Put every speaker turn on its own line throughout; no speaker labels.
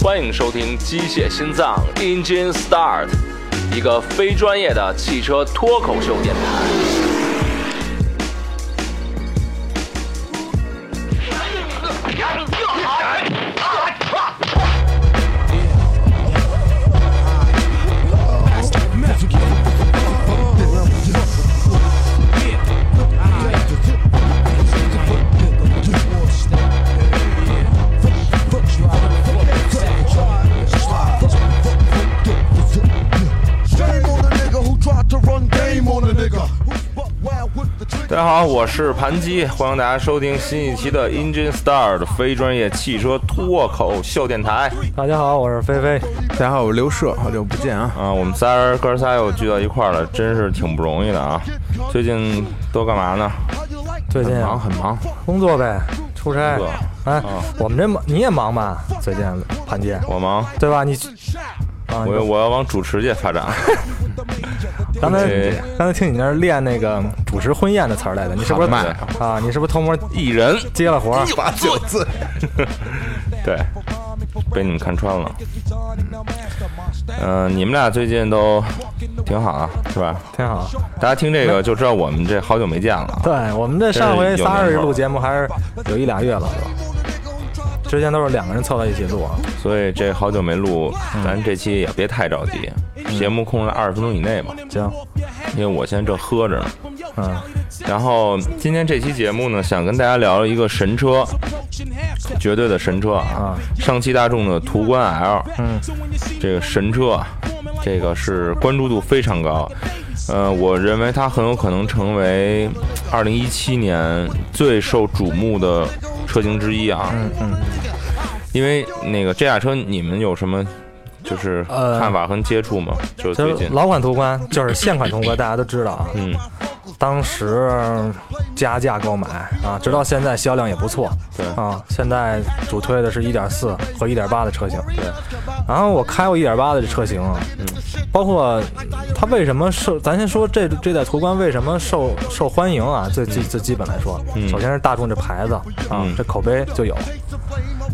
欢迎收听《机械心脏 Engine Start》，一个非专业的汽车脱口秀电台。
Shame on the nigga who tried to run game on a nigga. Who's buck wild with the trick?
大家好，我是盘基，欢迎大家收听新一期的 Engine Star 的非专业汽车脱口秀电台。
大家好，我是菲菲。
大家好，我是刘社，好久不见啊！
啊，我们仨人哥仨又聚到一块儿了，真是挺不容易的啊！最近都干嘛呢？
How you like
最近啊
忙很忙，
工作呗，出差
工作。哦
哎，我们这忙你也忙吧？最近盘姐，
我忙，
对吧？你啊，
我我要往主持界发展。
你刚才
对
刚才听你那儿练那个主持婚宴的词儿来的，你是不是
喊麦
啊？你是不是偷摸
艺人，哎
接了活儿？
八九字，
对，被你们看穿了。嗯、你们俩最近都挺好啊，是吧？
挺好。
大家听这个就知道我们这好久没见了啊。
对我们这上
真
回
是有
仨
年
人
头
录节目还是有一俩月了，都之前都是两个人凑到一起录啊。
所以这好久没录，咱这期也别太着急，节目控制二十分钟以内吧，
行，
因为我现在正喝着呢。
嗯，
然后今天这期节目呢，想跟大家聊一个神车，绝对的神车啊！上汽大众的途观 L，嗯，这个神车啊，这个是关注度非常高。呃，我认为它很有可能成为二零一七年最受瞩目的车型之一啊。嗯嗯。因为那个这俩车，你们有什么就是
呃
看法和接触吗？就是最
就是
近，
老款途观，就是现款途观，大家都知道啊。
嗯，
当时加价购买啊，直到现在销量也不错。
对
啊，现在主推的是1.4和1.8的车型。对，然后我开过1.8的这车型啊，嗯，包括它为什么受，咱先说这这代途观为什么受受欢迎啊？最最最基本来说，首先是大众这牌子啊，
嗯
这口碑就有。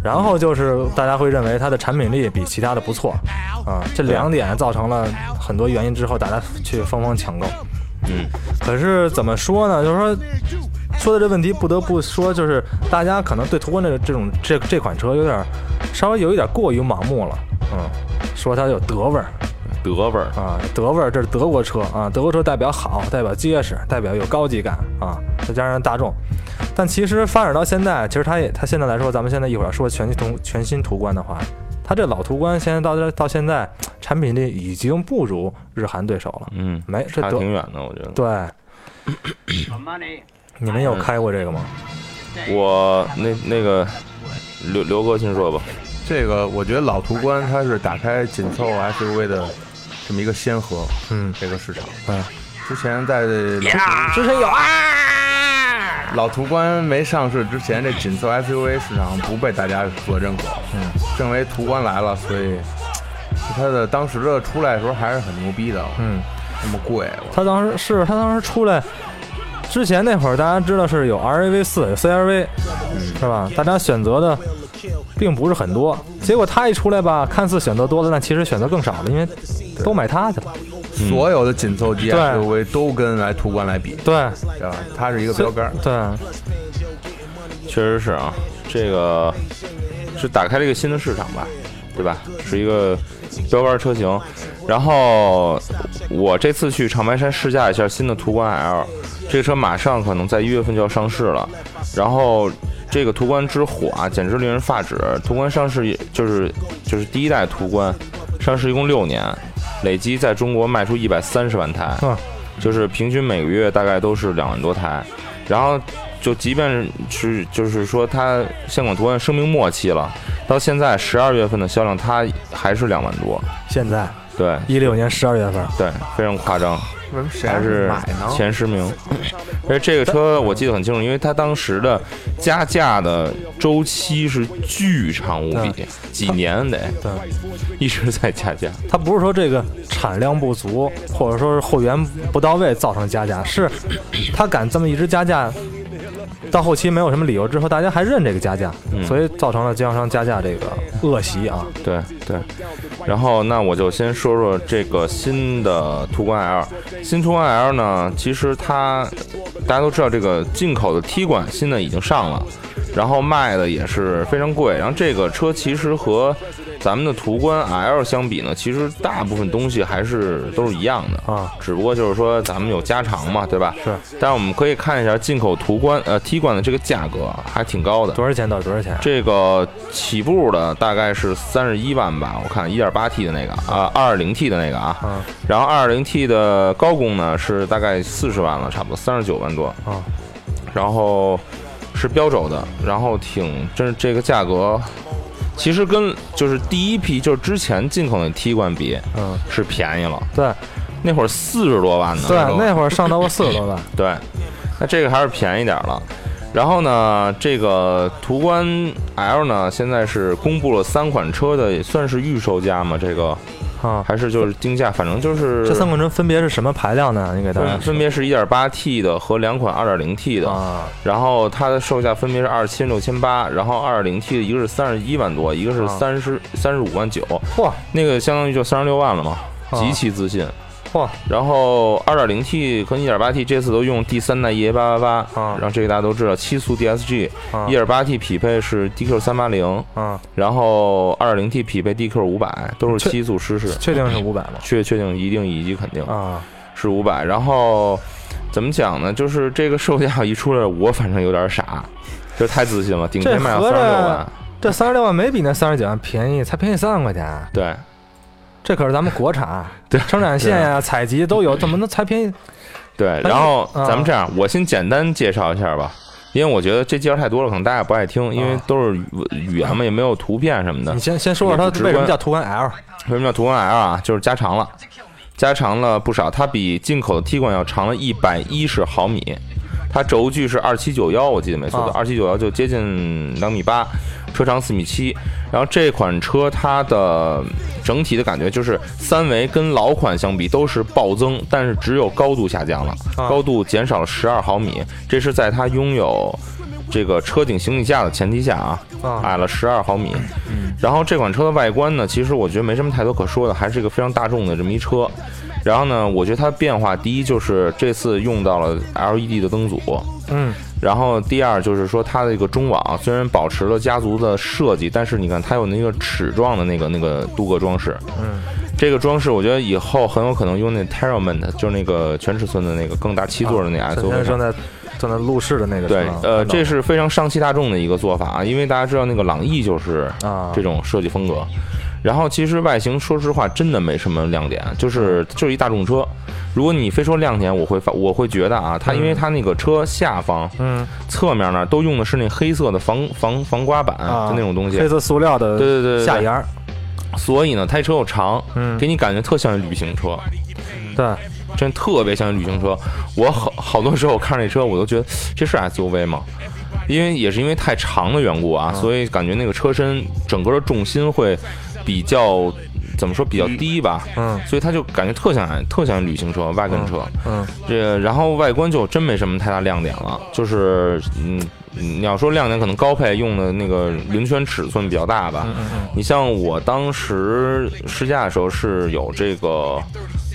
然后就是大家会认为它的产品力比其他的不错，啊，这两点造成了很多原因之后，大家去疯狂抢购。
嗯，
可是怎么说呢？就是说，说的这问题不得不说，就是大家可能对途观这个这种这这款车有点儿稍微有一点过于盲目了，嗯，说它有德味儿
德味儿，
啊，德味儿，这是德国车啊，德国车代表好，代表结实，代表有高级感啊，再加上大众。但其实发展到现在，其实它也它现在来说，咱们现在一会儿说全新途全新途观的话，它这老途观现在到这到现在产品力已经不如日韩对手了，
嗯，
没这
差
德
挺远的，我觉得。
对，你们有开过这个吗？
我那那个刘刘哥先说吧，
这个我觉得老途观它是打开紧凑 SUV 的这么一个先河，
嗯
这个市场。
嗯，
之前在老
之前有啊，
老途观没上市之前，这紧凑 SUV 市场不被大家所认可。嗯，正为途观来了，所以它的当时的出来的时候还是很牛逼的。啊
嗯，
那么贵，我
他当时是他当时出来之前那会儿，大家知道是有 RAV 四、有 CRV，、是吧？大家选择的并不是很多，结果他一出来吧，看似选择多了，但其实选择更少了，因为都买它去了。
所有的紧凑级
对
SUV 都跟来途观来比，
对，
对吧？它是一个标杆儿。
对，
确实是啊，这个是打开了一个新的市场吧，对吧？是一个标杆车型。然后我这次去长白山试驾一下新的途观 L，这个车马上可能在一月份就要上市了。然后这个途观之火啊，简直令人发指。途观上市也就是就是第一代途观，上市一共六年，累计在中国卖出一百三十万台。
啊
就是平均每个月大概都是两万多台，然后就即便是就是说它现款图案生命末期了，到现在十二月份的销量它还是两万多，
现在
对
一六年十二月份，
对，非常夸张，
为什么谁
还是
买呢？
前十名。而这个车我记得很清楚，因为它当时的加价的周期是巨长无比，几年得
对，
一直在加价。
它不是说这个产量不足，或 者说是货源不到位造成加价，是它敢这么一直加价，到后期没有什么理由之后，大家还认这个加价，
嗯
所以造成了经销商加价这个恶习啊。
对对，然后那我就先说说这个新的途观 L，新途观 L 呢，其实它大家都知道，这个进口的 T 管新的已经上了，然后卖的也是非常贵。然后这个车其实和咱们的途观 L 相比呢，其实大部分东西还是都是一样的
啊，
只不过就是说咱们有加长嘛，对吧？
是。
但是我们可以看一下进口途观呃 T 管的这个价格啊还挺高的，
多少钱到多少钱？
这个起步的大概是三十一万吧，我看一点八 T 的那个啊，二零 T 的那个啊，
啊
然后二零 T 的高功呢是大概四十万了，差不多三十九万多，
啊，
然后是标轴的，然后挺真是这个价格，其实跟就是第一批就是之前进口那 T 冠比
嗯，
是便宜了，
对
那会儿四十多万呢，
对
那时，候
那会儿上到过四十多万，
对，那这个还是便宜点儿了。然后呢，这个途观 L 呢，现在是公布了三款车的，也算是预售价嘛，这个
啊。
还是就是定价，反正就是嗯
这三款车分别是什么排量呢？你给大家
分分别是 1.8T 的和两款 2.0T 的，
啊，
然后它的售价分别是二千六千八，然后 2.0T 的一个是三十一万多，一个是
啊
三十三十五万九，
嚯
那个相当于就三十六万了嘛，
啊
极其自信。
嚯，
然后 2.0T 跟 1.8T 这次都用第三代 E EA888，
啊
然后这个大家都知道，七速 DSG，
啊
1.8T 匹配是 DQ380，
啊，
然后 2.0T 匹配 DQ500，都是
确
七速湿式，
确定是五百吗？
确确定一定以及肯定
啊，
是500。然后怎么讲呢？就是这个售价一出来，我反正有点傻，就太自信了，顶天卖
这合
三
着
十六万，
这三十六万没比那三十九万便宜，才便宜三万块钱。
对。
这可是咱们国产，
对啊
生产线呀、采集都有，怎么能才便宜？
对，
是
然后
啊
咱们这样，我先简单介绍一下吧，因为我觉得这介绍太多了，可能大家也不爱听，因为
啊
都是语语言嘛，也没有图片什么的
你。先先说说
也不
它
啊直
为什么
观哎
叫途观 L
为什么叫途观 L 啊？就是加长了，加长了不少，它比进口的 T 冠要长了一百一十毫米，它轴距是二七九幺，我记得没错的，
啊
二七九幺就接近两米八，车长四米七。然后这款车它的整体的感觉就是三维跟老款相比都是暴增，但是只有高度下降了，
啊
高度减少了十二毫米，这是在它拥有这个车顶行李架的前提下啊，
啊嗯
矮了十二毫米。然后这款车的外观呢，其实我觉得没什么太多可说的，还是一个非常大众的这么一车。然后呢，我觉得它变化，第一就是这次用到了 LED 的灯组，
嗯，
然后第二就是说它的这个中网虽然保持了家族的设计，但是你看它有那个齿状的那个那个镀铬装饰，
嗯，
这个装饰我觉得以后很有可能用那 Terament，就是那个全尺寸的那个更大七座的那
啊
S
昨
U V，、
天正在正在录制的那个
对
车，
呃，这是非常上汽大众的一个做法啊，因为大家知道那个朗逸就是
啊
这种设计风格。然后其实外形，说实话，真的没什么亮点，
嗯
就是就是一大众车。如果你非说亮点，我会发，我会觉得啊，它因为它那个车下方、
嗯
侧面那儿都用的是那黑色的防防防刮板，
啊
就那种东西
黑。色塑料的
对对对对
下沿儿，
所以呢，它车又长，
嗯
给你感觉特像一旅行车，嗯
对，
真特别像旅行车。我好好多时候看这车，我都觉得这是 SUV 吗？因为也是因为太长的缘故啊，所以感觉那个车身整个的重心会比较怎么说比较低吧，
嗯
所以它就感觉特像特像旅行车、外跟车。
嗯
这然后外观就真没什么太大亮点了，就是嗯，你要说亮点，可能高配用的那个轮圈尺寸比较大
嗯
吧。你像我当时试驾的时候是有这个，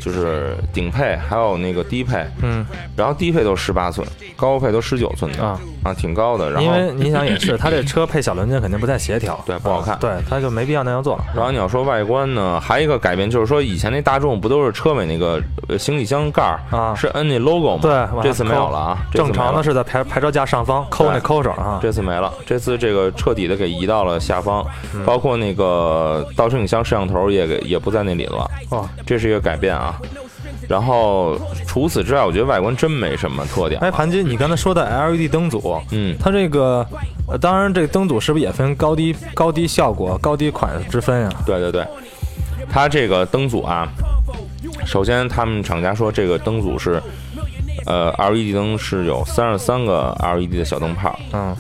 就是顶配还有那个低配，
嗯，
然后低配都十八寸，高配都十九寸的
啊
挺高的。然
因
后
为你想也是，它这车配小轮圈肯定不太协调，
对不好看
啊对，它就没必要那样做。
然后你要说外观呢，还有一个改变就是说，以前那大众不都是车尾那个呃行李箱盖儿
啊
是摁那 logo 吗？
对往下
这次没有了啊，这次没
正常
了
的是在牌牌照架上方抠那
对
抠手啊，
这次没了，这次这个彻底的给移到了下方，
嗯
包括那个倒车影像摄像头也给也不在那里了，
哦，
这是一个改变啊。然后除此之外，我觉得外观真没什么特点
哎，
了。
盘金，你刚才说的 LED 灯组，
嗯
它这个，呃，当然这个灯组是不是也分高低高低效果、高低款之分呀、
对对对，它这个灯组啊，首先他们厂家说这个灯组是，呃，LED 灯是有三十三个 LED 的小灯泡，
嗯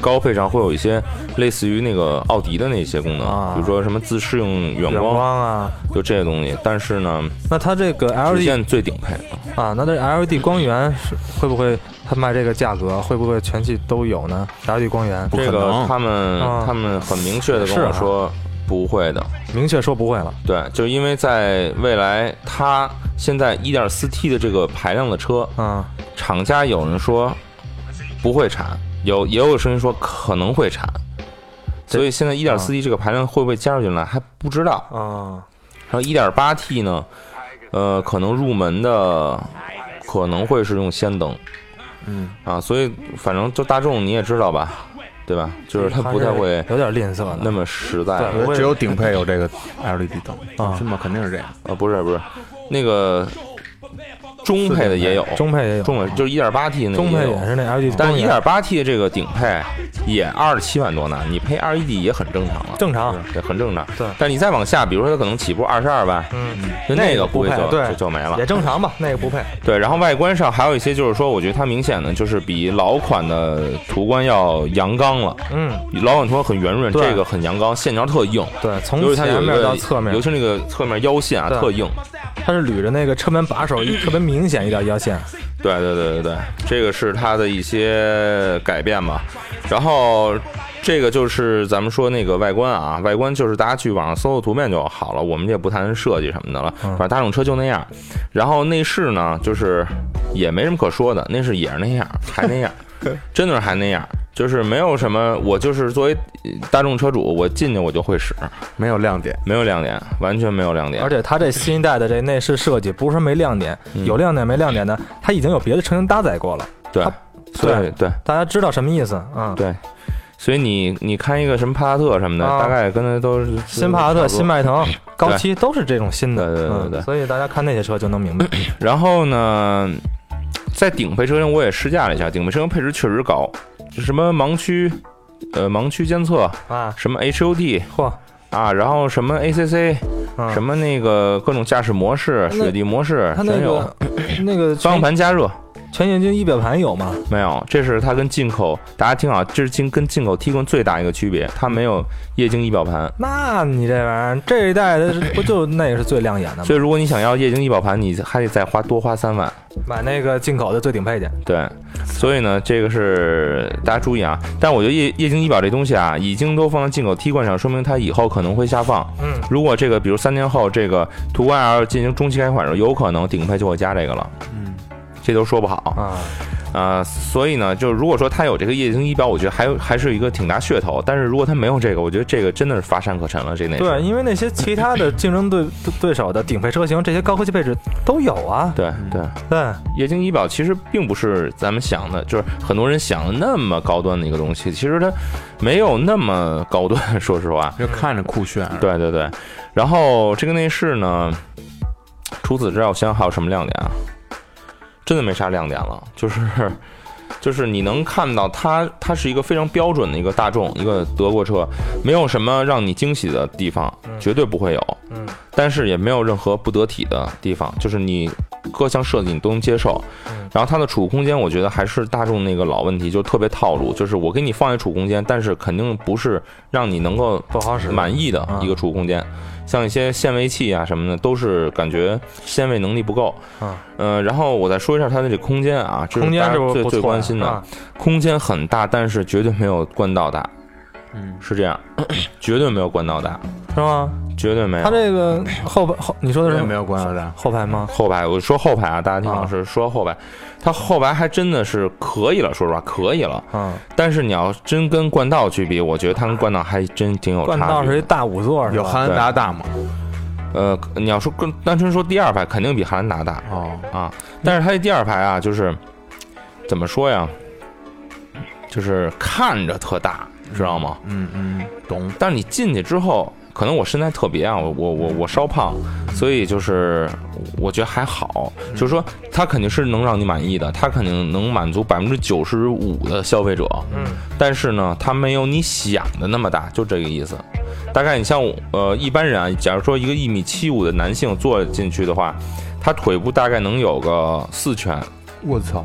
高配上会有一些类似于那个奥迪的那些功能，
啊
比如说什么自适应远
远
光，
光啊，
就这些东西。但是呢，
那它这个
直
LED
线最顶配，
啊，那这 LED 光源是会不会它卖这个价格，会不会全系都有呢？LED 光源
不
这
可
个
能
他们、
啊
他们很明确的跟
是啊
我说不会的，
明确说不会了，
对，就因为在未来它现在 1.4T 的这个排量的车，
嗯，
厂家有人说不会产，有也有声音说可能会产，
这
所以现在 1.4T 这个排量会不会加入进来还不知道。
啊，
然后 1.8T 呢，呃，可能入门的可能会是用氙灯，
嗯
啊，所以反正就大众你也知道吧，对吧？就是它不太会
还是有点吝啬的，
那么实在
对
我觉呃得只有顶配有这个 LED 灯
啊
是吗？肯定是这样。
啊，不是不是，那个中配的也有，
中配也有，
中配就是 1.8T 那个
中配
有
也是那 LED
但
光
是
源，
1.8T 的这个顶配也二十七万多呢，你配 LED 也很正常了，
正常
对，很正常。
对
但你再往下，比如说它可能起步二十二万，
嗯，
就那个不会
配
就
对
就就没了
也。正常吧，那个不配，
对，然后外观上还有一些就是说，我觉得它明显的就是比老款的途观要阳刚了。
嗯，
老款途观很圆润，
对
这个很阳刚，线条特硬，
对，
尤
从
其它有
前
一
面
个
到侧面
尤，其那个侧面腰线啊
对
特硬。
它是捋着那个车门把手，一特别明显一条腰线，
对对对对对，这个是它的一些改变吧。然后这个就是咱们说那个外观啊，外观就是大家去网上搜搜图片就好了，我们也不谈设计什么的了，
嗯
反正大众车就那样。然后内饰呢，就是也没什么可说的，内饰也是那 样，还那样，真的是还那样。就是没有什么，我就是作为呃大众车主，我进去我就会使，
没有亮点，
没有亮点，完全没有亮点
而。且它这新一代的这内饰设计不是说没亮点，
嗯
有亮点没亮点的，它已经有别的车型搭载过了，
对
它，
所以对，
大家知道什么意思啊？
对，所以你你看一个什么帕萨特什么的，
啊
大概跟它都是
新帕萨特、新。
差
迈腾、高七都是这种新的，
对对对对对
嗯所以大家看那些车就能 明白。
不多然后呢，在顶配车型我也试驾了一下，顶配车型配置确实高，就什么盲区，呃，盲区监测，
啊，
什么 HUD
嚯，
啊，然后什么 ACC，、
嗯
什么那个各种驾驶模式、
那
雪地模式
它那
全有。
个那个
方向
全
盘加热
全液晶仪表盘有吗？
没有，这是它跟进口，大家听好，啊这是进跟进口 T 棍最大一个区别，它没有液晶仪表盘。
那你这玩意儿这一代的不就那也是最亮眼的吗？
所以如果你想要液晶仪表盘，你还得再花多花三万。
买那个进口的最顶配去。
对，所以呢，这个是大家注意啊。但我觉得液液晶仪表这东西啊，已经都放在进口 T 冠上，说明它以后可能会下放。
嗯，
如果这个，比如三年后这个途观 L 进行中期改款的时候，有可能顶配就会加这个了。
嗯，
这都说不好
啊，
啊、所以呢，就是如果说它有这个液晶仪表，我觉得还有还是一个挺大噱头。但是如果它没有这个，我觉得这个真的是乏善可陈了。这内饰
对，因为那些其他的竞争对对对手的顶配车型，这些高科技配置都有啊。
对对，
对，
液晶仪表其实并不是咱们想的，就是很多人想的那么高端的一个东西，其实它没有那么高端， 说实话。
就看着酷炫。，
对对对，然后这个内饰呢，除此之外，我想想还有什么亮点啊？真的没啥亮点了，就是就是你能看到它，它是一个非常标准的一个大众，一个德国车，没有什么让你惊喜的地方，绝对不会有。
嗯，
但是也没有任何不得体的地方，就是你各项设计你都能接受
嗯。
然后它的储物空间，我觉得还是大众那个老问题，就特别套路，就是我给你放在储物空间，但是肯定不是让你能够
不好使。
满意的
啊
一个储物空间。像一些限位器啊什么的，都是感觉限位能力不够。
啊，
呃，然后我再说一下它的这空间啊，这
空
是
间
大
是
家
不
最
不
最
错
关心的
啊，，
空间很大，但是绝对没有冠道大，
嗯，
是这样， 绝对没有冠道大，
是吗？
绝对没有。
它这个后排后，你说的
这
是
也没有关系的。
后排吗？
后排，我说后排啊，大家听
啊
老师说后排，它后排还真的是可以了，说实话可以了。
啊，
但是你要真跟冠道去比，我觉得它跟冠道还真挺有
冠
差
道是
距
一。大五座是吧？
有汉兰达大吗？
呃，你要说跟单纯说第二排，肯定比汉兰
嗯
达
哦，
大啊。但是它的第二排啊，就是怎么说呀，就是看着特大，知道吗？
嗯嗯，懂。
但是你进去之后，可能我身材特别啊，我我我我稍胖，所以就是我觉得还好，就是说它肯定是能让你满意的，它肯定能满足百分之九十五的消费者。
嗯，
但是呢，它没有你想的那么大，就这个意思。大概你像我呃一般人啊，假如说一个一米七五的男性坐进去的话，他腿部大概能有个四拳，
我操，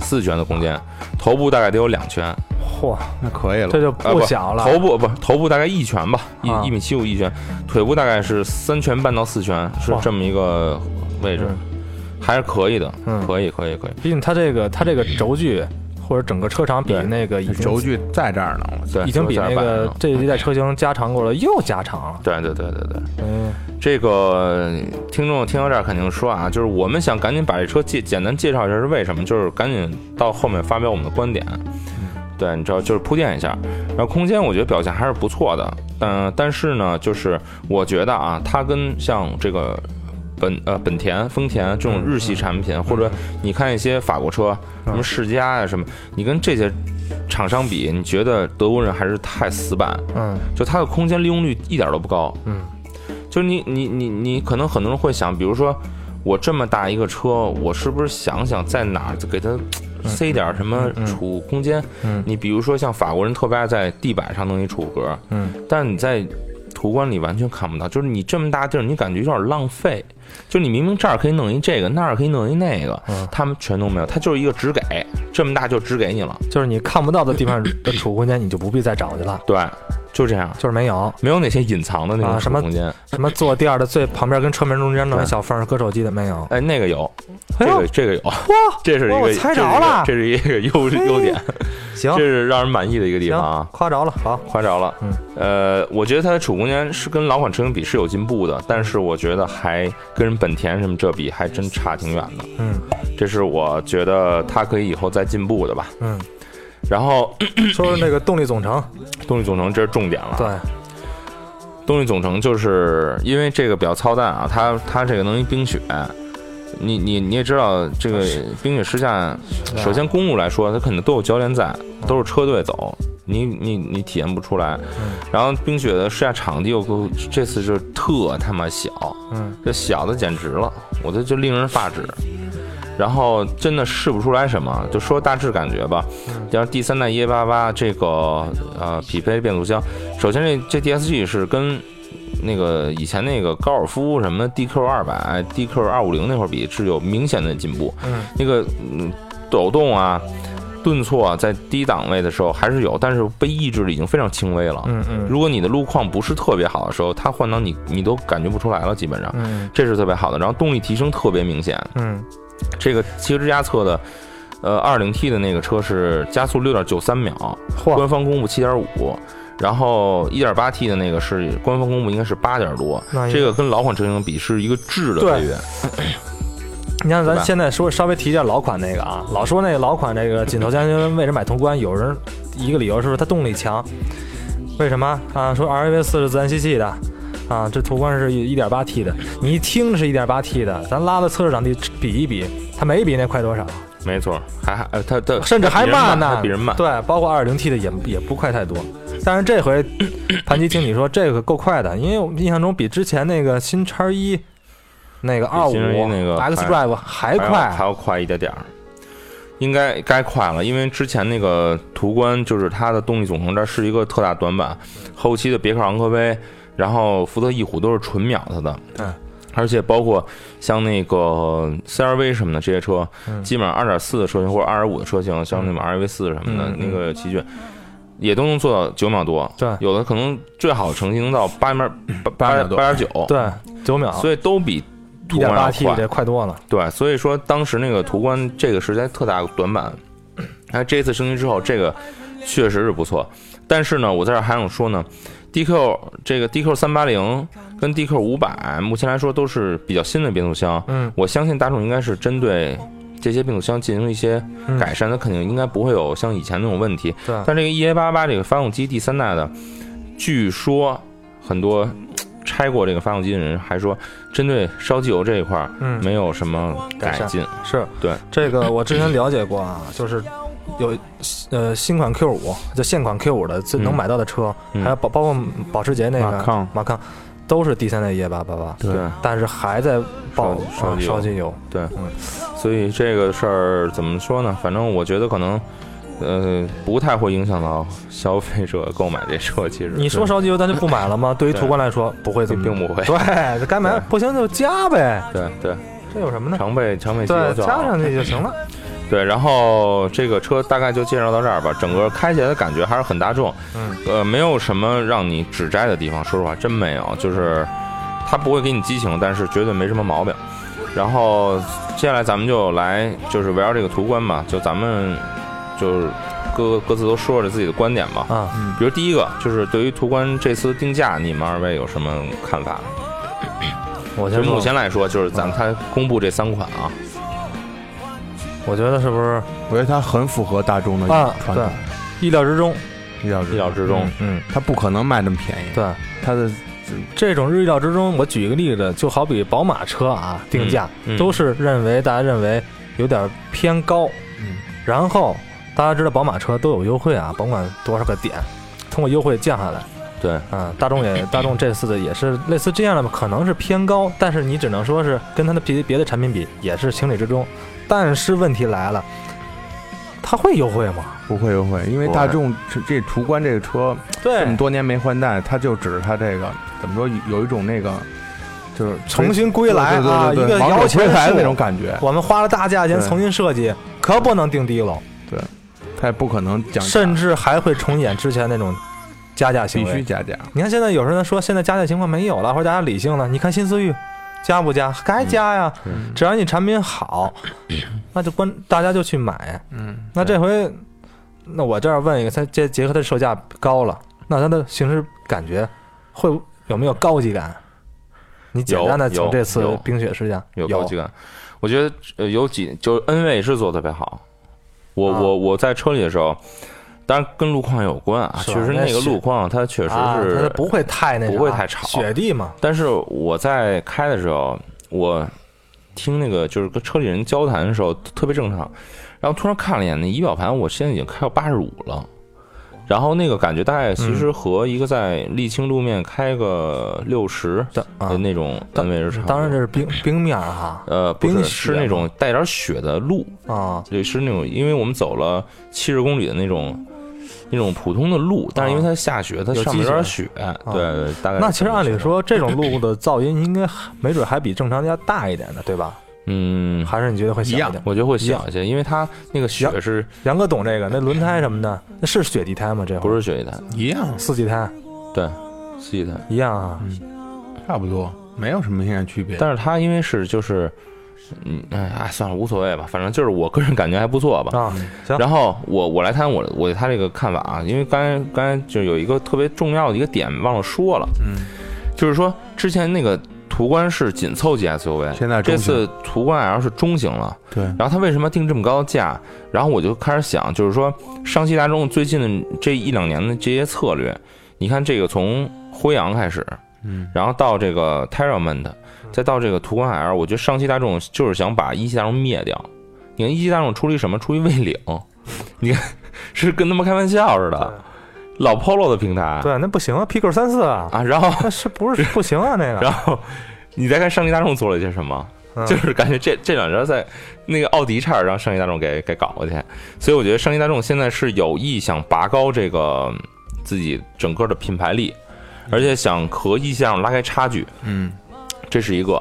四拳的空间，头部大概得有两拳，
嚯，
那可以了。
这就
啊
不小了。
头部不头部大概一拳吧，一
啊
一米七五一拳，腿部大概是三拳半到四拳，是
哇
这么一个位置
嗯，
还是可以的，
嗯
可以可以可以，
毕竟它这个它这个轴距或者整个车长比
对
那个已经
轴距在这儿呢，我
对，
已经比
左
那
下半
个
上
这一代车型加长过了，又加长了。
对对对对对，
嗯，
这个听众听到这儿肯定说啊，就是我们想赶紧把这车介简单介绍一下是为什么，就是赶紧嗯到后面发表我们的观点。对，你知道，就是铺垫一下。然后空间我觉得表现还是不错的，嗯，但是呢，就是我觉得啊，它跟像这个本呃本田、丰田这种日系产品，或者你看一些法国车，什么世嘉呀、什么，你跟这些厂商比，你觉得德国人还是太死板，
嗯
就它的空间利用率一点都不高。
嗯，
就是你你你你可能很多人会想，比如说我这么大一个车，我是不是想想在哪儿给它塞点儿什么储空间？
嗯
你比如说像法国人特别爱在地板上弄一储格，
嗯，
但是你在途观里完全看不到，就是你这么大地儿，你感觉有点浪费。就是你明明这儿可以弄一这个，那儿可以弄一那个，
嗯
他们全都没有，他就是一个只给，这么大就只给你了，
就是你看不到的地方 的储物空间，你就不必再找去了，
对，就这样。
就是没有
没有那些隐藏的那
啊
种
什么
储空间，
什么坐垫的最旁边跟车门中间弄一
对
小缝儿搁手机的没有。
哎，那个有，这
哎呦
个这个有，
哇，
这是一
哇我
个
猜着了
这是一个这是一个优
嘿
优点，
行
这是让人满意的一个地方
行
啊，。
夸着了，好，
夸着了，
嗯，
呃，我觉得它的储物空间是跟老款车型比是有进步的，但是我觉得还跟本田什么这比还真差挺远的，
嗯
这是我觉得它可以以后再进步的吧。
嗯，
然后
说说那个动力总成，
动力总成这是重点了，
对，，
动力总成就是因为这个比较操蛋啊，它它这个能一冰雪，你你你也知道这个冰雪试驾，
啊
首先公路来说，它肯定都有教练在，都是车队走，你你你体验不出来。然后冰雪的试驾场地又够，这次就是特他妈小，
嗯
这小的简直了，我这就令人发指。然后真的试不出来什么，就说大致感觉吧。像第三代 E 八八这个呃匹配变速箱，首先这这 DSG 是跟那个以前那个高尔夫什么 DQ 二百、DQ 二五零那会儿比是有明显的进步。
嗯，
那个嗯抖动啊、顿挫啊，在低档位的时候还是有，但是被抑制的已经非常轻微了。
嗯嗯
如果你的路况不是特别好的时候，它换挡你你都感觉不出来了，基本上。
嗯
这是特别好的，然后动力提升特别明显。
嗯
这个汽车之家测的，呃，二零 T 的那个车是加速六点九三秒，
嚯
官方公布七点五，然后一点八 T 的那个是官方公布应该是八点多
那，应该
这个跟老款车型比是一个质的
哎对
飞跃。
你看，
是
咱
吧
现在说稍微提一下老款那个啊，老说那个老款这个紧凑将军为什么买途观，有人一个理由是不是它动力强？为什么啊？说 RAV 四是自然吸气的啊，这途观是一点八 T 的，你一听是一点八 T 的，咱拉到测试场地比一比，它没比那快多少，
没错，还还呃它它
甚至还慢呢，
它比人慢。
对，包括二点零 T 的也也不快太多。但是这 回盘吉听你说这个够快的，因为我印象中比之前那个新叉一。那个二五
新 X1 那个
X
还
Drive 还
还要
哎快，啊
还要快一点点儿。应该该快了，因为之前那个途观就是它的动力总成这儿是一个特大短板，后期的别克昂科威，然后福特翼虎都是纯秒它的，
嗯，
而且包括像那个 CRV 什么的这些车，
嗯
基本上二点四的车型或者二点五的车型，像那么 RAV 四什么的、
嗯
那个奇骏，也都能做到九秒多，
对
有的可能最好的成绩能到八秒八
八秒多
八点九，，
对，九秒，
所以都比
一
途
点
观要
八 T
快
这快多了。
对，所以说当时那个途观这个是在特大短板， 那这次升级之后，这个确实是不错。但是呢，我在这儿还想说呢，DQ 这个 DQ 三八零跟 DQ 五百目前来说都是比较新的变速箱，
嗯
我相信大众应该是针对这些变速箱进行一些
嗯
改善，它肯定应该不会有像以前那种问题。
对
但这个 EA 八八这个发动机第三代的，据说很多嘖拆过这个发动机的人还说，针对烧机油这一块儿
嗯
没有什么
改
改
善
进。
是
对
这个我之前了解过啊，就是有呃新款 Q 五，就现款 Q 五的最
嗯
能买到的车，
嗯
还有包包括保时捷那个啊
马抗
马抗，都是第三代 E 八八八，
对
但是还在爆
烧
啊
烧机油
烧机油。
对，所以这个事儿怎么说呢？反正我觉得可能。呃，不太会影响到消费者购买这车。其实
你说烧机油，咱就不买 了吗？对于途观来说，不会这么，
并不会
对，该买
对
不行就加呗，
对对，
这有什么呢？
常备常备机油
对，
就
加
好了
上去就行了。
对，然后这个车大概就介绍到这儿吧。整个开起来的感觉还是很大众，
嗯，
呃，没有什么让你指摘的地方，说实话真没有，就是它不会给你激情，但是绝对没什么毛病。然后接下来咱们就来就是围绕这个途观吧，就咱们就是各各自都说了自己的观点吧。
啊，
比如第一个就是对于途观这次定价，你们二位有什么看法？
我
就
先说啊
目前来说，就是咱们它公布这三款啊，
我觉得是不是
我觉得它很符合大众的
啊
传统，
意料之中？
意料之
意料之中。
嗯，
它不可能卖那么便宜，
对，
它的
这种意料之中，我举一个例子，就好比宝马车啊，定价、
嗯嗯
都是认为大家认为有点偏高，
嗯，
然后大家知道宝马车都有优惠啊，甭管多少个点，通过优惠降下来。
对，
啊，大众也，大众这次的也是类似这样的吧，可能是偏高，但是你只能说是跟它的别别的产品比，也是情理之中。但是问题来了，它会优惠吗？
不会不会，因为
不会
大众这这途观这个车
对
这么多年没换代，它就指着它这个怎么说，有一种那个就是
重新归来
对对
啊，一
对对
个
对王
摇
者
钱
归
树
来的那种感觉，
我们花了大价钱
对
重新设计，可不能定低了，
它也不可能讲价
甚至还会重演之前那种加价行
必
为。
须加价。
你看现在有人说现在加价情况没有了，或者大家理性了。你看新思域，加不加？该加呀，
嗯
只要你产品好，那就关大家就去买。
嗯，
那这回，那我这儿问一个，它结结合它的售价高了，那它的行驶感觉会有没有高级感？你简单的
有有
从这次
有
冰雪事件
有高级感。我觉得呃有几就是 N 位是做得特别好。我、
啊
我我在车里的时候，当然跟路况有关啊，
是
确
吧
实
那
那个
是
路况它确实
啊，
是
它不会太那啥
不会太吵
雪地嘛，
但是我在开的时候，我听那个就是跟车里人交谈的时候特别正常，然后突然看了一眼那仪表盘，我现在已经开到八十五了。然后那个感觉大概其
嗯
实和一个在沥青路面开个六十
但啊
的，呃那种单位是差不多。
当然这是冰冰面儿哈
呃不是
冰
是
雪
那
嘛
种带点雪的路，
啊，
对，是那种，因为我们走了七十公里的那种那种普通的路，但是因为它下雪，它
啊有
上
积
面有点
雪啊
雪，对对，大概。
那其实按理，说，这种路的噪音应该还没准还比正常家大一点的，对吧？
嗯，
还是你觉得会小一点？
我觉得会
一样
小一些，因为它那个雪
行
是
杨哥懂这个，那轮胎什么的，那是雪地胎吗？这会儿
不是雪嗯地胎？
一样
四季胎
对，雪地胎。
一样啊。
差不多，没有什么现在区别。
但是它因为是就是，嗯，哎哎，算了，无所谓吧，反正就是我个人感觉还不错吧。
啊，行，
嗯然后我我来谈我我对他这个看法啊，因为刚才刚才就有一个特别重要的一个点忘了说了，
嗯，
就是说之前那个途观是紧凑级 SUV，
现在中
这
型
次途观 L 是中型了，
对，
然后它为什么定这么高的价？然后我就开始想，就是说上汽大众最近的这一两年的这些策略，你看这个从辉昂开始，
嗯，
然后到这个 Terramont，再到这个途观 L，我觉得上汽大众就是想把一汽大众灭掉。你看一汽大众出了一什么？出一蔚领，你看是跟他们开玩笑似的，老 Polo 的平台
对，那不行啊，PQ 三四啊，
啊。然后，
那是不是不行啊？那 个
然后你再看上汽大众做了些什么？
嗯
就是感觉这这两家在那个奥迪差点让上汽大众给给搞过去，所以我觉得上汽大众现在是有意想拔高这个自己整个的品牌力，而且想和意向拉开差距，
嗯，
这是一个。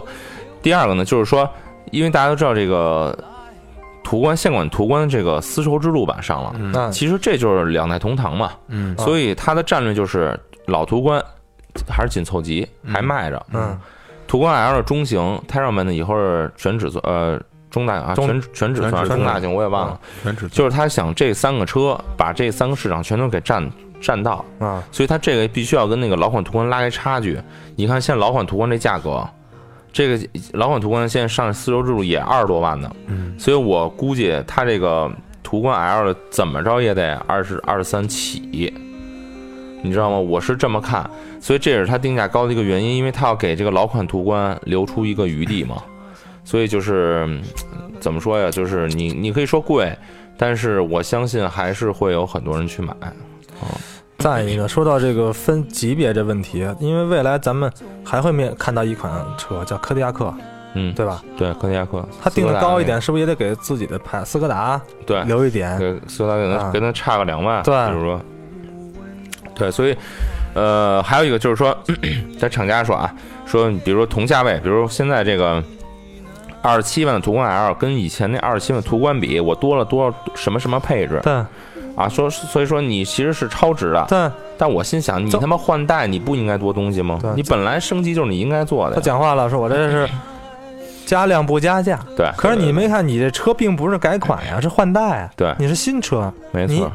第二个呢，就是说，因为大家都知道这个途观现管途观这个丝绸之路版上了，
嗯
那
其实这就是两代同堂嘛，
嗯
所以它的战略就是老途观还是紧凑级，
嗯
还卖着，
嗯
途观 L 中型，它上面呢以后是全尺寸，呃，中大啊，
中
全全尺寸还是
全
中
尺寸
大型嗯我也忘了。
全尺寸
就是他想这三个车把这三个市场全都给占占到，
啊，
所以它这个必须要跟那个老款途观拉开差距。你看现在老款途观这价格，这个老款途观现在上丝绸之路也二十多万呢，
嗯
所以我估计它这个途观 L 的怎么着也得二十二三起，你知道吗？我是这么看，所以这也是它定价高的一个原因，因为它要给这个老款途观留出一个余地嘛。所以就是嗯怎么说呀？就是你你可以说贵，但是我相信还是会有很多人去买。
再一个，说到这个分级别这问题，因为未来咱们还会面看到一款车叫柯迪亚克，
嗯，
对吧？
对，柯迪亚克，
它定
斯柯
的
达
高一
那
点，是不是也得给自己的牌斯柯达
个，对，
留一点？
给所以他给他
啊
给他差个两万，
对
比如说，对，所以呃，还有一个就是说，咳咳在厂家说啊，说你比如说同价位，比如说现在这个二十七万的途观 L 跟以前那二十七万途观比，我多了多少什么什么配置
但
啊？说所以说你其实是超值的，
但
但我心想你
这
他妈换代你不应该多东西吗
对？
你本来升级就是你应该做的呀，
他讲话了，说我这是加量不加价。
对。
可是你
对
没看，你这车并不是改款呀，是换代啊，
对，
你是新车，
没错
你，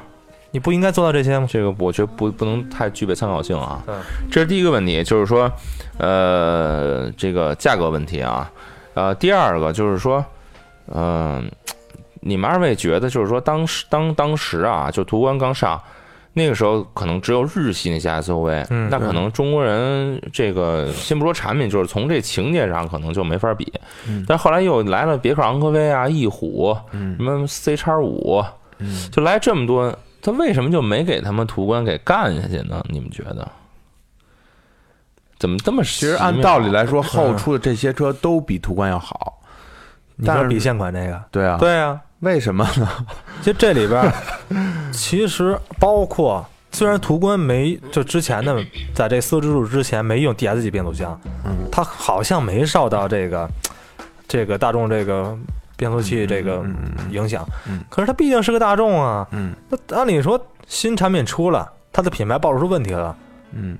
你不应该做到这些吗？
这个我觉得不不能太具备参考性啊
对。
这是第一个问题，就是说，呃，这个价格问题啊。呃，第二个就是说，嗯、你们二位觉得就是说，当时当当时啊，就途观刚上。那个时候可能只有日系那些 SUV，、
嗯
那可能中国人这个先不说产品，就是从这情节上可能就没法比。
嗯
但后来又来了别克昂科威啊、翼虎、
嗯
什么 C 叉五，
嗯，
就来这么多，他为什么就没给他们途观给干下去呢？你们觉得？怎么这啊么
其
其
实按道理，来说，后出的这些车都比途观要好。
你
但
说
是
比现款这个，
对啊，，
对呀，
为什么呢？
其实这里 边儿其实包括。虽然途观没就之前的，在这丝织柱之前没用 DS 级变速箱，
嗯
它好像没受到这个这个大众这个变速器这个
嗯嗯嗯
影响
嗯。
可是它毕竟是个大众啊，
嗯
那按理说新产品出了，它的品牌暴露出问题了，
嗯，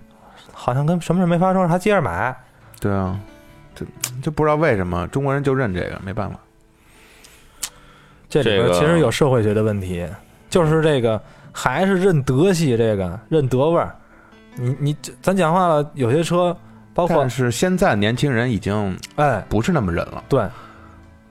好像跟什么事没发生，还接着买。
对啊，这就不知道为什么中国人就认这个，没办法。
这里
这
边
个
其实有社会学的问题，就是这个还是认德系，这个认德味儿。你你这咱讲话了，有些车包括
但是现在年轻人已经
哎
不是那么忍了，
对，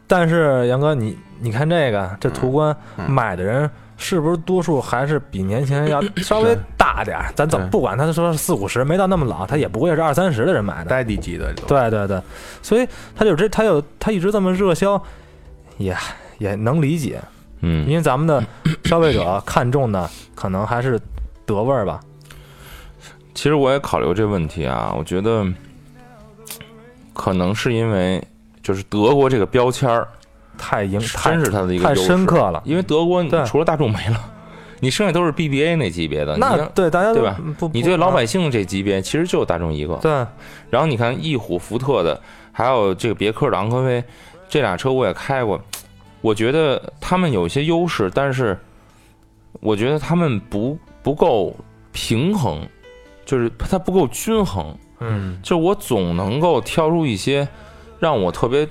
但是杨哥你你看这个这途观、
嗯
买的人。是不是多数还是比年轻人要稍微大点儿？咱怎么
对
不管他说是四五十，没到那么老，他也不会是二三十的人买的。
呆地级的都。
对对对，所以他就这，他有他一直这么热销，也也能理解，因
嗯，
为咱们的消费者啊看重的可能还是德味儿吧。
其实我也考虑过这问题啊，我觉得可能是因为就是德国这个标签儿，
太影太
真是它的一个
太
优势
深刻，了，
因为德国
对
除了大众没了， 你剩下都是 BBA 那级别的，你
那
像
对大家都
对吧
不，
你
不
对老百姓这级别其实就大众一个，
对
然后你看翼虎、福特的，还有这个别克的昂科威，这俩车我也开过，我觉得他们有一些优势，但是我觉得他们不不够平衡，就是它不够均衡。
嗯
就我总能够挑出一些让我特别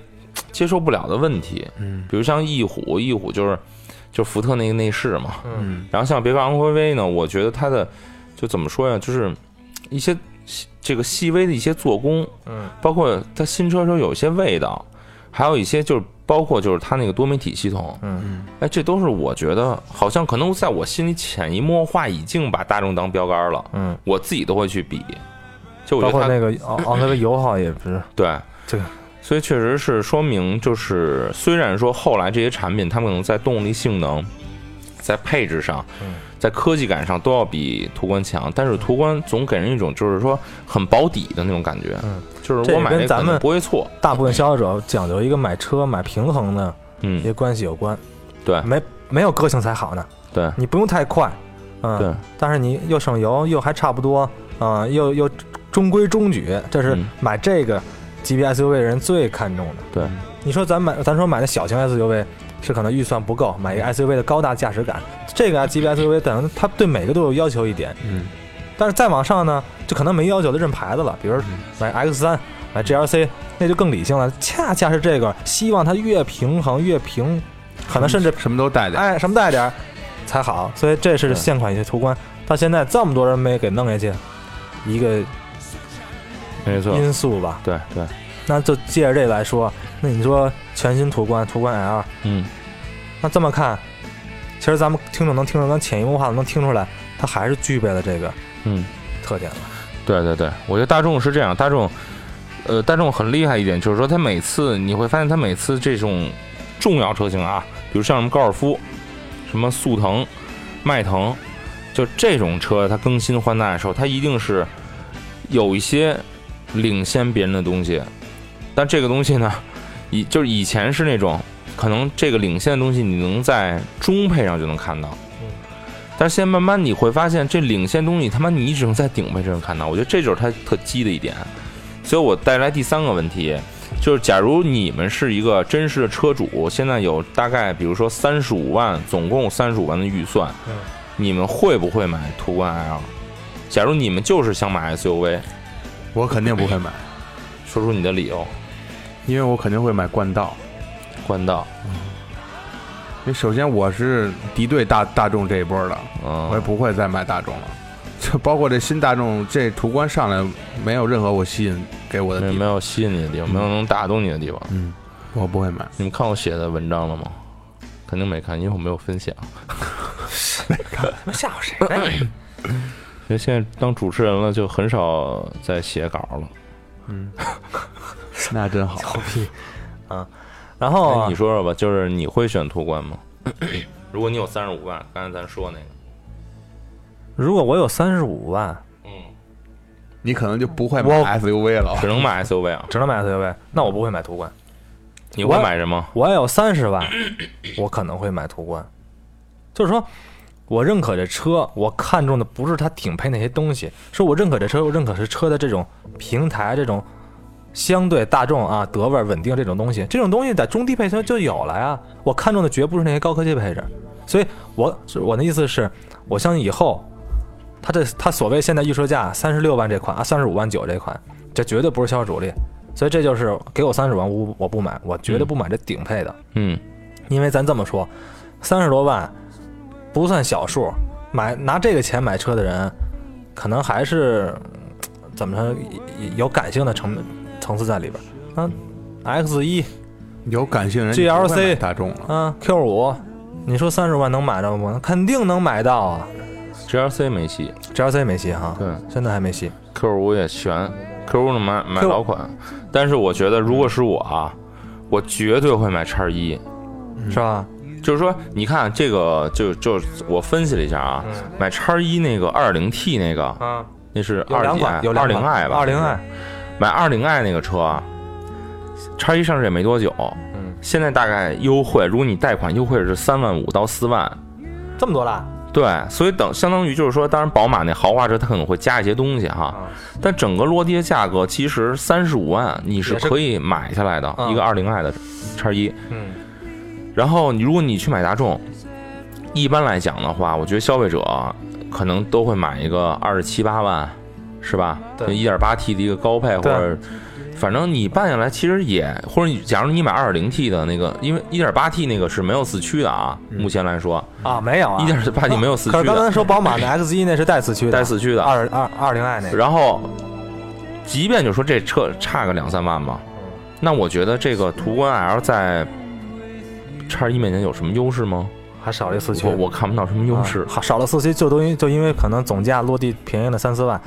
接受不了的问题，
嗯
比如像翼虎，翼虎就是就是福特那个内饰嘛，
嗯
嗯
然后像别克昂科威呢，我觉得它的就怎么说呀，就是一些这个细微的一些做工，
嗯
包括它新车时候有一些味道，还有一些就是包括就是它那个多媒体系统，
嗯，
嗯
哎，这都是我觉得好像可能在我心里潜移默化已经把大众当标杆了，
嗯，
我自己都会去比，就我
包
觉
括
得它
那个昂昂科威油耗也不是，
对
这个。
所以确实是说明，就是虽然说后来这些产品，它们可能在动力性能、在配置上
嗯、
在科技感上都要比途观强，但是途观总给人一种就是说很保底的那种感觉
嗯，
就是
这
我
也
买
跟
这
咱
可能
们
不会错，
大部分消费者讲究一个买车买平衡的一
嗯，
些关系有关，
对
没没有个性才好呢，
对
你不用太快，嗯，
对，
但是你又省油，又还差不多，啊、又又中规中矩，这是
嗯
买这个级别 SUV 人最看重的。
对，
你说咱买，咱说买的小型 SUV 是可能预算不够，买
嗯
一个 SUV 的高大驾驶感，这个啊级别 SUV 等于它对每个都有要求一点，
嗯
但是再往上呢，就可能没要求的认牌子了，比如
嗯
买 X 三、买 GLC，那就更理性了。恰恰是这个，希望它越平衡越平，可能甚至
什么都带点。
哎，什么带点儿才好。所以这是
对
现款一些途观，到现在这么多人没给弄下去，一个
没错，
因素吧。
对对，
那就借着这来说，那你说全新途观、途观 L，
嗯，
那这么看，其实咱们听众能听出，咱潜移默化的能听出来，它还是具备了这个
嗯
特点的。
对对对，我觉得大众是这样，大众，呃，大众很厉害一点，就是说它每次你会发现它每次这种重要车型啊，比如像什么高尔夫、什么速腾、迈腾，就这种车它更新换代的时候，它一定是有一些领先别人的东西，但这个东西呢，以就是以前是那种可能这个领先的东西你能在中配上就能看到
嗯。
但是现在慢慢你会发现，这领先东西他妈你只能在顶配上看到。我觉得这就是它特鸡的一点。所以我带来第三个问题，就是假如你们是一个真实的车主，现在有大概比如说三十五万，总共三十五万的预算，
嗯
你们会不会买途观 L？假如你们就是想买 SUV，
我肯定不会买，
说出你的理由。
因为我肯定会买冠道。
官道，
因为首先我是敌对大大众这一波的，
哦
我也
嗯，
不会再买大众了。这包括这新大众这途观上来，没有任何我吸引给我的
没
地
没
方，
有吸引你的地方，没有能打动你的地方。
我不会买。
你们看我写的文章了吗？肯定没看，因为我没有分享。
吓唬谁？
因为现在当主持人了，就很少再写稿了。
那真好，
然后
哎
啊
你说说吧，就是你会选途观吗？ 如果你有三十五万，刚才咱说那个，
如果我有三十五万，
嗯，
你可能就不会买 SUV 了。
只能买 SUV 啊。
只能买 SUV，那我不会买途观。
你会买什么？
我要有三十万，我可能会买途观。就是说，我认可这车，我看中的不是它顶配那些东西，是我认可这车，我认可是车的这种平台，这种相对大众啊德味儿稳定这种东西，这种东西在中低配车就有了呀。我看中的绝不是那些高科技配置，所以我是我的意思是，我相信以后，它这它所谓现在预售价三十六万这款啊，三十五万九这款，这绝对不是销售主力。所以这就是给我三十万，我不我不买，我绝对不买这顶配的。
嗯，
因为咱这么说，三十多万不算小数，买拿这个钱买车的人，可能还是嗯怎么说有有感性的成层次在里边。嗯、x 一，
有感性人
GLC
就不会买大众了，
嗯，Q 五，你说三十万能买到吗？肯定能买到啊
GLC 没戏
！GLC 没戏哈，
对
现在还没戏。
，Q 五也悬，Q 五买买
Q5
老款，但是我觉得如果是我啊，我绝对会买叉一。嗯
是吧？
就是说，你看这个，就就我分析了一下啊，买叉一那个二零 T 那个，
啊，
那是
有
二
两
几
款，有
二零 i 吧，
二零 i
是买二零 i 那个车啊，叉一上市也没多久，
嗯，
现在大概优惠，如果你贷款优惠是三万五到四万，
这么多啦，
对，所以等相当于就是说，当然宝马那豪华车它可能会加一些东西
啊
哈，但整个落地的价格其实三十五万你是
也是
可以买下来的
嗯
一个二零 i 的叉一，
嗯，
然后你如果你去买大众，一般来讲的话，我觉得消费者可能都会买一个二十七八万，是吧？
对
一点八 T 的一个高配，或
对
者反正你办下来其实也，或者你假如你买二点零 T 的那个，因为一点八 T 那个是没有四驱的啊，目前来说，
啊，没有啊，
一点八 T 没有四
可
驱
是刚才啊
的，
说宝马那 X 一那是带四驱的，
带四驱的。
二二二零 i 那个，
然后，即便就说这车差个两三万吧，
嗯
那我觉得这个途观 L 在叉一面前有什么优势吗？
还少了一四驱。
我我看不到什么优势
啊。好少了四驱就都因就因为可能总价落地便宜了三四万，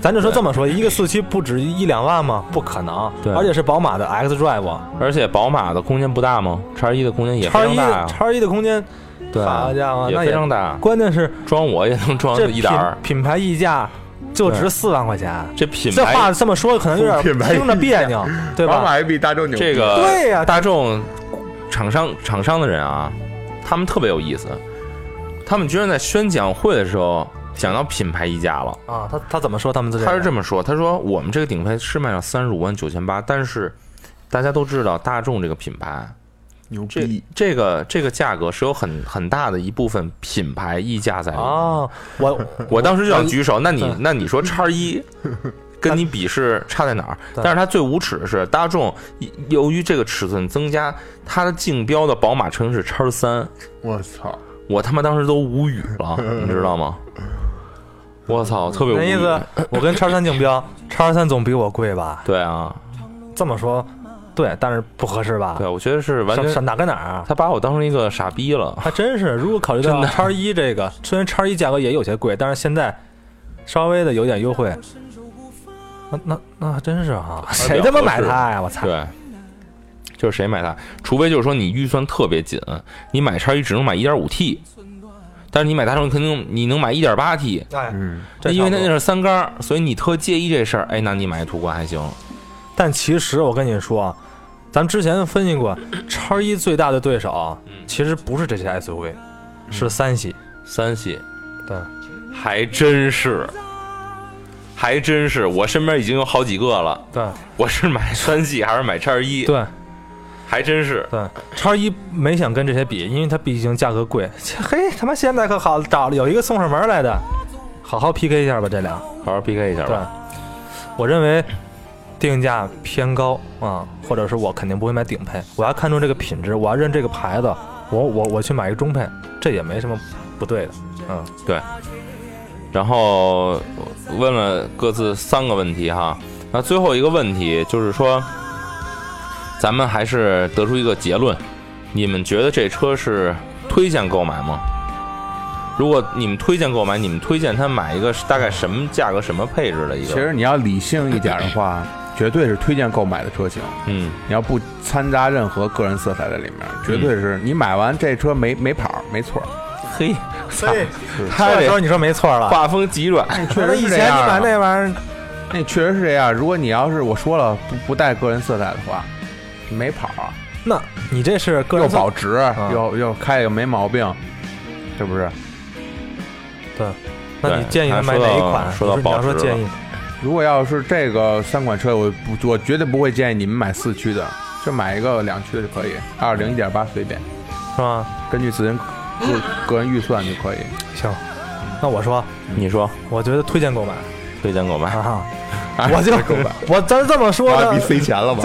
咱就说这么说，一个四驱不止一两万吗？不可能，
对
而且是宝马的 X Drive，
而且宝马的空间不大吗？叉一的空间也非
叉
常
一
大呀，
叉一的空间，
对啊
好家伙，
也
那
非
也
常大，
关键是
装我也能装
这
一
品
点二。
品牌溢价就值
对
四万块钱，
这品
这话
牌，
这么说可能 有点
品牌溢价
听着别扭，对
宝
吧？
马也比大众牛。
这个
对啊呀
大众厂商厂商的人啊，他们特别有意思，他们居然在宣讲会的时候讲到品牌溢价了。
啊，他他怎么说他们自己？
他是这么说，他说我们这个顶配是卖到三十五万九千八，但是大家都知道大众这个品牌，
牛
这
逼，
这个这个价格是有很很大的一部分品牌溢价在里面。
啊，我
我当时就想举手，那
嗯
你那你说叉 一跟你比是差在哪儿？
对
但是它最无耻的是，大众由于这个尺寸增加，它的竞标的宝马称是叉三，
我操！
我他妈当时都无语了，你知道吗？我操，特别无
那意
语。
思我跟叉三竞标，叉三总比我贵吧？
对啊，
这么说，对，但是不合适吧？
对，我觉得是完
上
全
上哪跟哪儿啊？
他把我当成一个傻逼了。
还真是，如果考虑到叉一这个，虽然叉一价格也有些贵，但是现在稍微的有点优惠。那那那还真是啊哈、谁他妈买它呀？我操！
对，就是谁买它，除非就是说你预算特别紧，你买叉一只能买一点五 T，但是你买大众肯定你能买一点八 T。
哎，
嗯，
这
因为
差
那
不多
那是三缸儿，所以你特介意这事儿，哎，那你买途观还行，
但其实我跟你说，啊咱们之前分析过，叉一最大的对手啊其实不是这些 SUV，是三系。
三系，
对，
还真是，还真是，我身边已经有好几个了。
对
我是买三系还是买叉一？
对
还真是。
对，叉一没想跟这些比，因为它毕竟价格贵。 切嘿，他妈现在可好找了有一个送上门来的，好好 PK 一下吧，这俩。
好好 PK 一下
对
吧。，
我认为定价偏高啊、或者是我肯定不会买顶配，我要看中这个品质，我要认这个牌子，我我我去买一个中配，这也没什么不对的。嗯，
然后问了各自三个问题哈，那最后一个问题就是说，咱们还是得出一个结论：你们觉得这车是推荐购买吗？如果你们推荐购买，你们推荐他买一个大概什么价格、什么配置的一个？
其实，你要理性一点的 话，绝对是推荐购买的车型。
嗯，
你要不掺杂任何个人色彩在里面，绝对是你买完这车没没跑，没错儿。
嘿，
所 以
他
这时
这
候你说没错了。
画风急转，
确实
以
是这
前
样
你
啊
买那玩意儿，
那确实是这样。如果你要是我说了不不带个人色彩的话，没跑，
那你这是个
又
人色啊
保值，又又开又没毛病，是不是？
那你
对
建议他
他
买
说
哪一
到
款？
说到
不是你要
保值
说
了
建议，
如果要是这个三款车，我不我绝对不会建议你们买四驱的，就买一个两驱的就可以，二零一点八随便，
是吧？
根据自身个个人预算就可以。
行，那我说，
你说
我觉得推荐购买
推荐购买？
啊。我 就
购买，
我咱这么说
我
的
比，塞钱 了吧？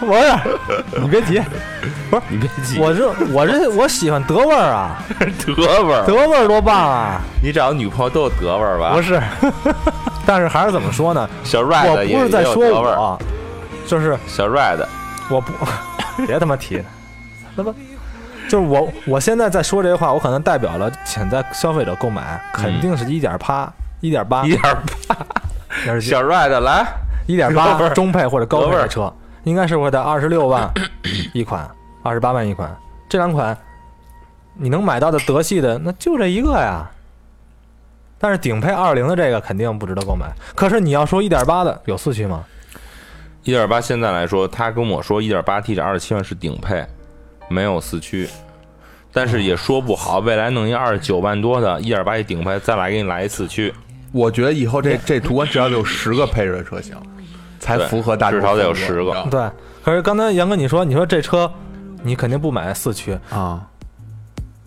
不是，你别 急，
你别急，
我这我这我喜欢德味儿啊，
德味儿
德，味儿多棒啊！
你找女朋友都有德味儿吧？
不，是，但是还是怎么说呢？
小
我
Red 也
不是在
也有
说
德味儿，
我，啊就是
小 Red
我不， 别他妈提，他妈就是我，我现在在说这话，我可能代表了潜在消费者购买，肯定是一点八、一点八
嗯一、点儿
要是
小 Red 来，
一点
德味
八
儿
中配或者高配
德味
的
儿
车，应该是会在二十六万一款，二十八万一款，这两款你能买到的德系的那就这一个呀。但是顶配二零的这个肯定不值得购买。可是你要说一点八的有四驱吗？
一点八现在来说，他跟我说一点八 T 的二十七万是顶配，没有四驱，但是也说不
嗯
好，未来弄一二十九万多的，一点八一顶配，再来给你来一四驱，
我觉得以后这这途观至少得有十个配置的车型，才
对
符合大众
至少得有
风格
10个
你知道吗
对。可是刚才杨哥你说，你说这车你肯定不买四驱，
啊。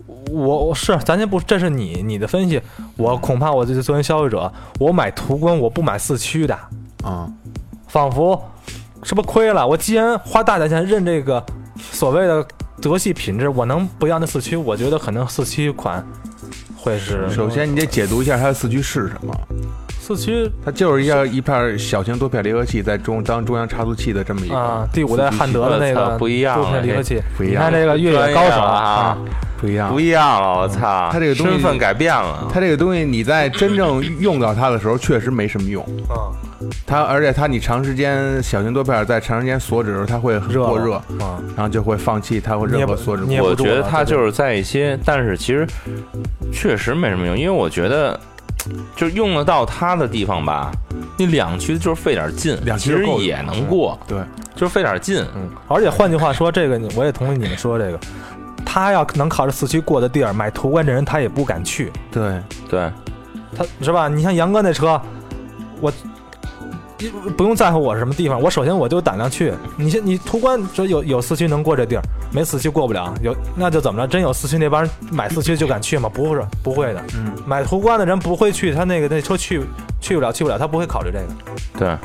我我是咱先不，这是你你的分析，我恐怕我就是作为消费者，我买途观我不买四驱的，
啊、
仿佛是不是亏了？我既然花大价钱认这个所谓的德系品质，我能不要那四驱？我觉得可能四驱款会是嗯
首先你得解读一下它的四驱是什么，
四驱
它就是一个一片小型多片离合器在中当中央差速器的这么一个
啊，第五代汉德的那
我
个
操不一样了
中配离合器，
不一
你
样
看这个越野高
专业
手
了啊
啊，
不一样。
不一样了，我操，
嗯它这个东西
身份改变了，
它这个东西你在真正用到它的时候确实没什么用，
嗯，
它而且它你长时间小型多片儿在长时间锁止的时候，它会
热
过热，
啊，
然后就会放弃它会任何锁止
捏
过。
不
我
住
觉得
了
它
这就
就是在一些，但是其实确实没什么用，因为我觉得就用得到它的地方吧，你两驱就是费点劲，
两驱
其
就
实
够了嗯
也能过，
对，
就是费点劲，
嗯，而且换句话说，这个你我也同意你们说这个，他要能靠着四驱过的地儿买途观，这人他也不敢去，
对，
对，
他是吧？你像杨哥那车，我一不用在乎我是什么地方，我首先我就胆量去。你先你途观说有有四驱能过这地儿，没四驱过不了，有那就怎么着？真有四驱那帮人买四驱就敢去吗？不会不会的，
嗯，
买途观的人不会去，他那个那车去去不了去不了，他不会考虑这个。
对，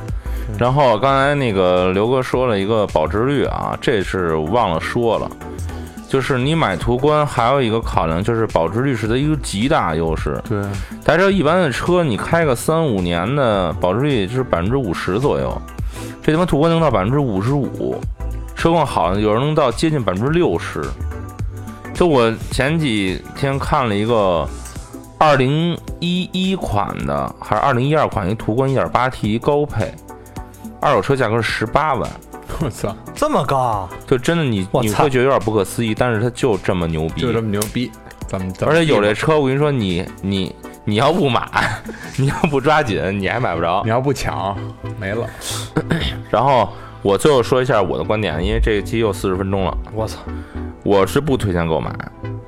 然后刚才那个刘哥说了一个保值率啊，这是忘了说了，就是你买途观还有一个考量就是保值率是它一个极大优势。
对，
大家知道一般的车你开个三五年的保值率就是百分之五十左右，这他妈途观能到百分之五十五，车况好的有人能到接近百分之六十。就我前几天看了一个二零一一款的，还是二零一二款一途观一点八 T 高配，二手车价格是十八万，
我操，
这么高，
就真的你
我
你
操
会觉得有点不可思议，但是它就这么牛逼，
就这么牛逼，怎么怎么？
而且有这车，我跟你说，你你你要不买， 你要不抓紧，你还买不着
你。要不抢没了，
然后我最后说一下我的观点，因为这一期又四十分钟了，
我操！
我是不推荐购买，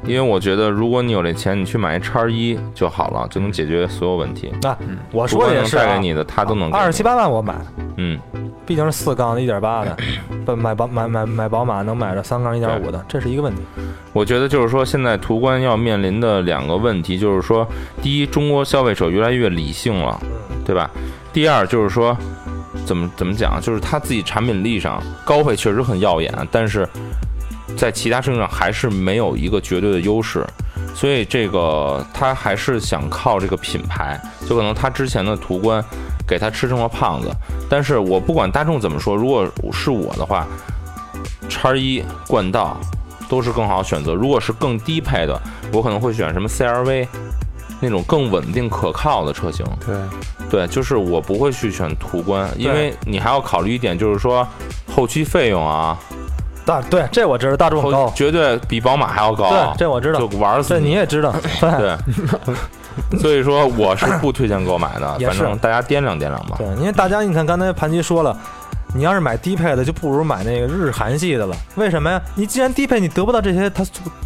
因为我觉得如果你有这钱，你去买一叉一就好了，就能解决所有问题。
那啊
嗯
我
途
说
观
的也
能
是
带
啊
给你的，它都能给你
二十七八万我买，
嗯，
毕竟是四缸的一 点八的，不买宝买买买宝马能买着三缸一点五的，这是一个问题。
我觉得就是说，现在途观要面临的两个问题，就是说，第一，中国消费者越来越理性了，对吧？第二，就是说，怎么怎么讲，就是它自己产品力上，高配确实很耀眼，但是在其他事情上还是没有一个绝对的优势，所以这个它还是想靠这个品牌，就可能它之前的途观给它吃成了胖子。但是我不管大众怎么说，如果是我的话，叉一冠道都是更好的选择。如果是更低配的，我可能会选什么 CRV 那种更稳定可靠的车型。
对，
对，就是我不会去选途观，因为你还要考虑一点，就是说后期费用啊，
大对，这我知道，大众
后
高，
绝对比宝马还要高
对，。这我知道
哦就，玩死
这你
你。
也 知道，对
对， 所以说我是不推荐购买的，
也
反
是
正大家掂量掂量吧。
对，因为大家你看刚才盘吉说了，你要是买低配的，就不如买那个日韩系的了。为什么呀？你既然低配你得不到这些它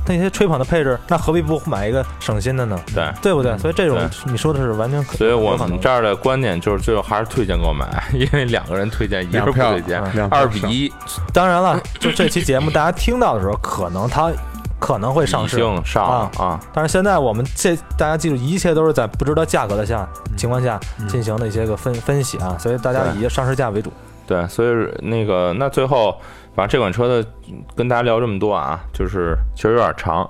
那些吹捧的配置，那何必不买一个省心的呢？
对。
对不对？所以这种
嗯对
你说的是完全可，
所以我
有可能
们这儿的观点就是，最后还是推荐购买，因为两个人推荐，一人不
两票
推荐
嗯两，票
二比一
当然了，就这期节目大家听到的时候，可能它可能会上
已
市，
经上了啊，
但是现在我们这大家记住，一切都是在不知道价格的下情况下进行的一些个分分析啊，所以大家
嗯对
以上市价为主。
对，所以那个那最后把这款车的跟大家聊这么多啊，就是确实有点长，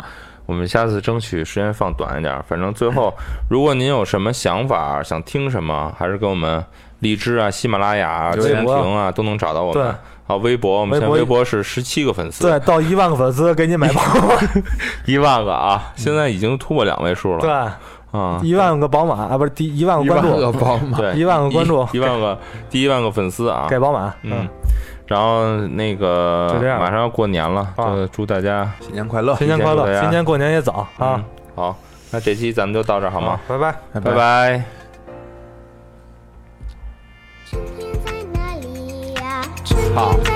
我们下次争取时间放短一点。反正最后，如果您有什么想法，想听什么，还是跟我们荔枝啊、喜马拉雅啊、蜻
微博
蜓啊都能找到我们
对。
啊，微博，我们
微
现在
博
微博是十七个粉丝，
对，到一万个粉丝给你买包，
一万个啊，现在已经突破两位数了。
嗯对。
啊，
一万个宝马啊，不是第一万个
一
关
万
注，
个宝马，
对，
一万个关注
一一万个第一万个粉丝啊，
给宝马。
嗯，，然后那个
就这样啊
马上要过年了，就祝大家
新年快乐，
新年快
提前祝大
乐，
家
今年过年也早啊
嗯。好，那这期咱们就到这儿好吗？
拜拜。
拜
拜拜。
春天在哪里呀？春天在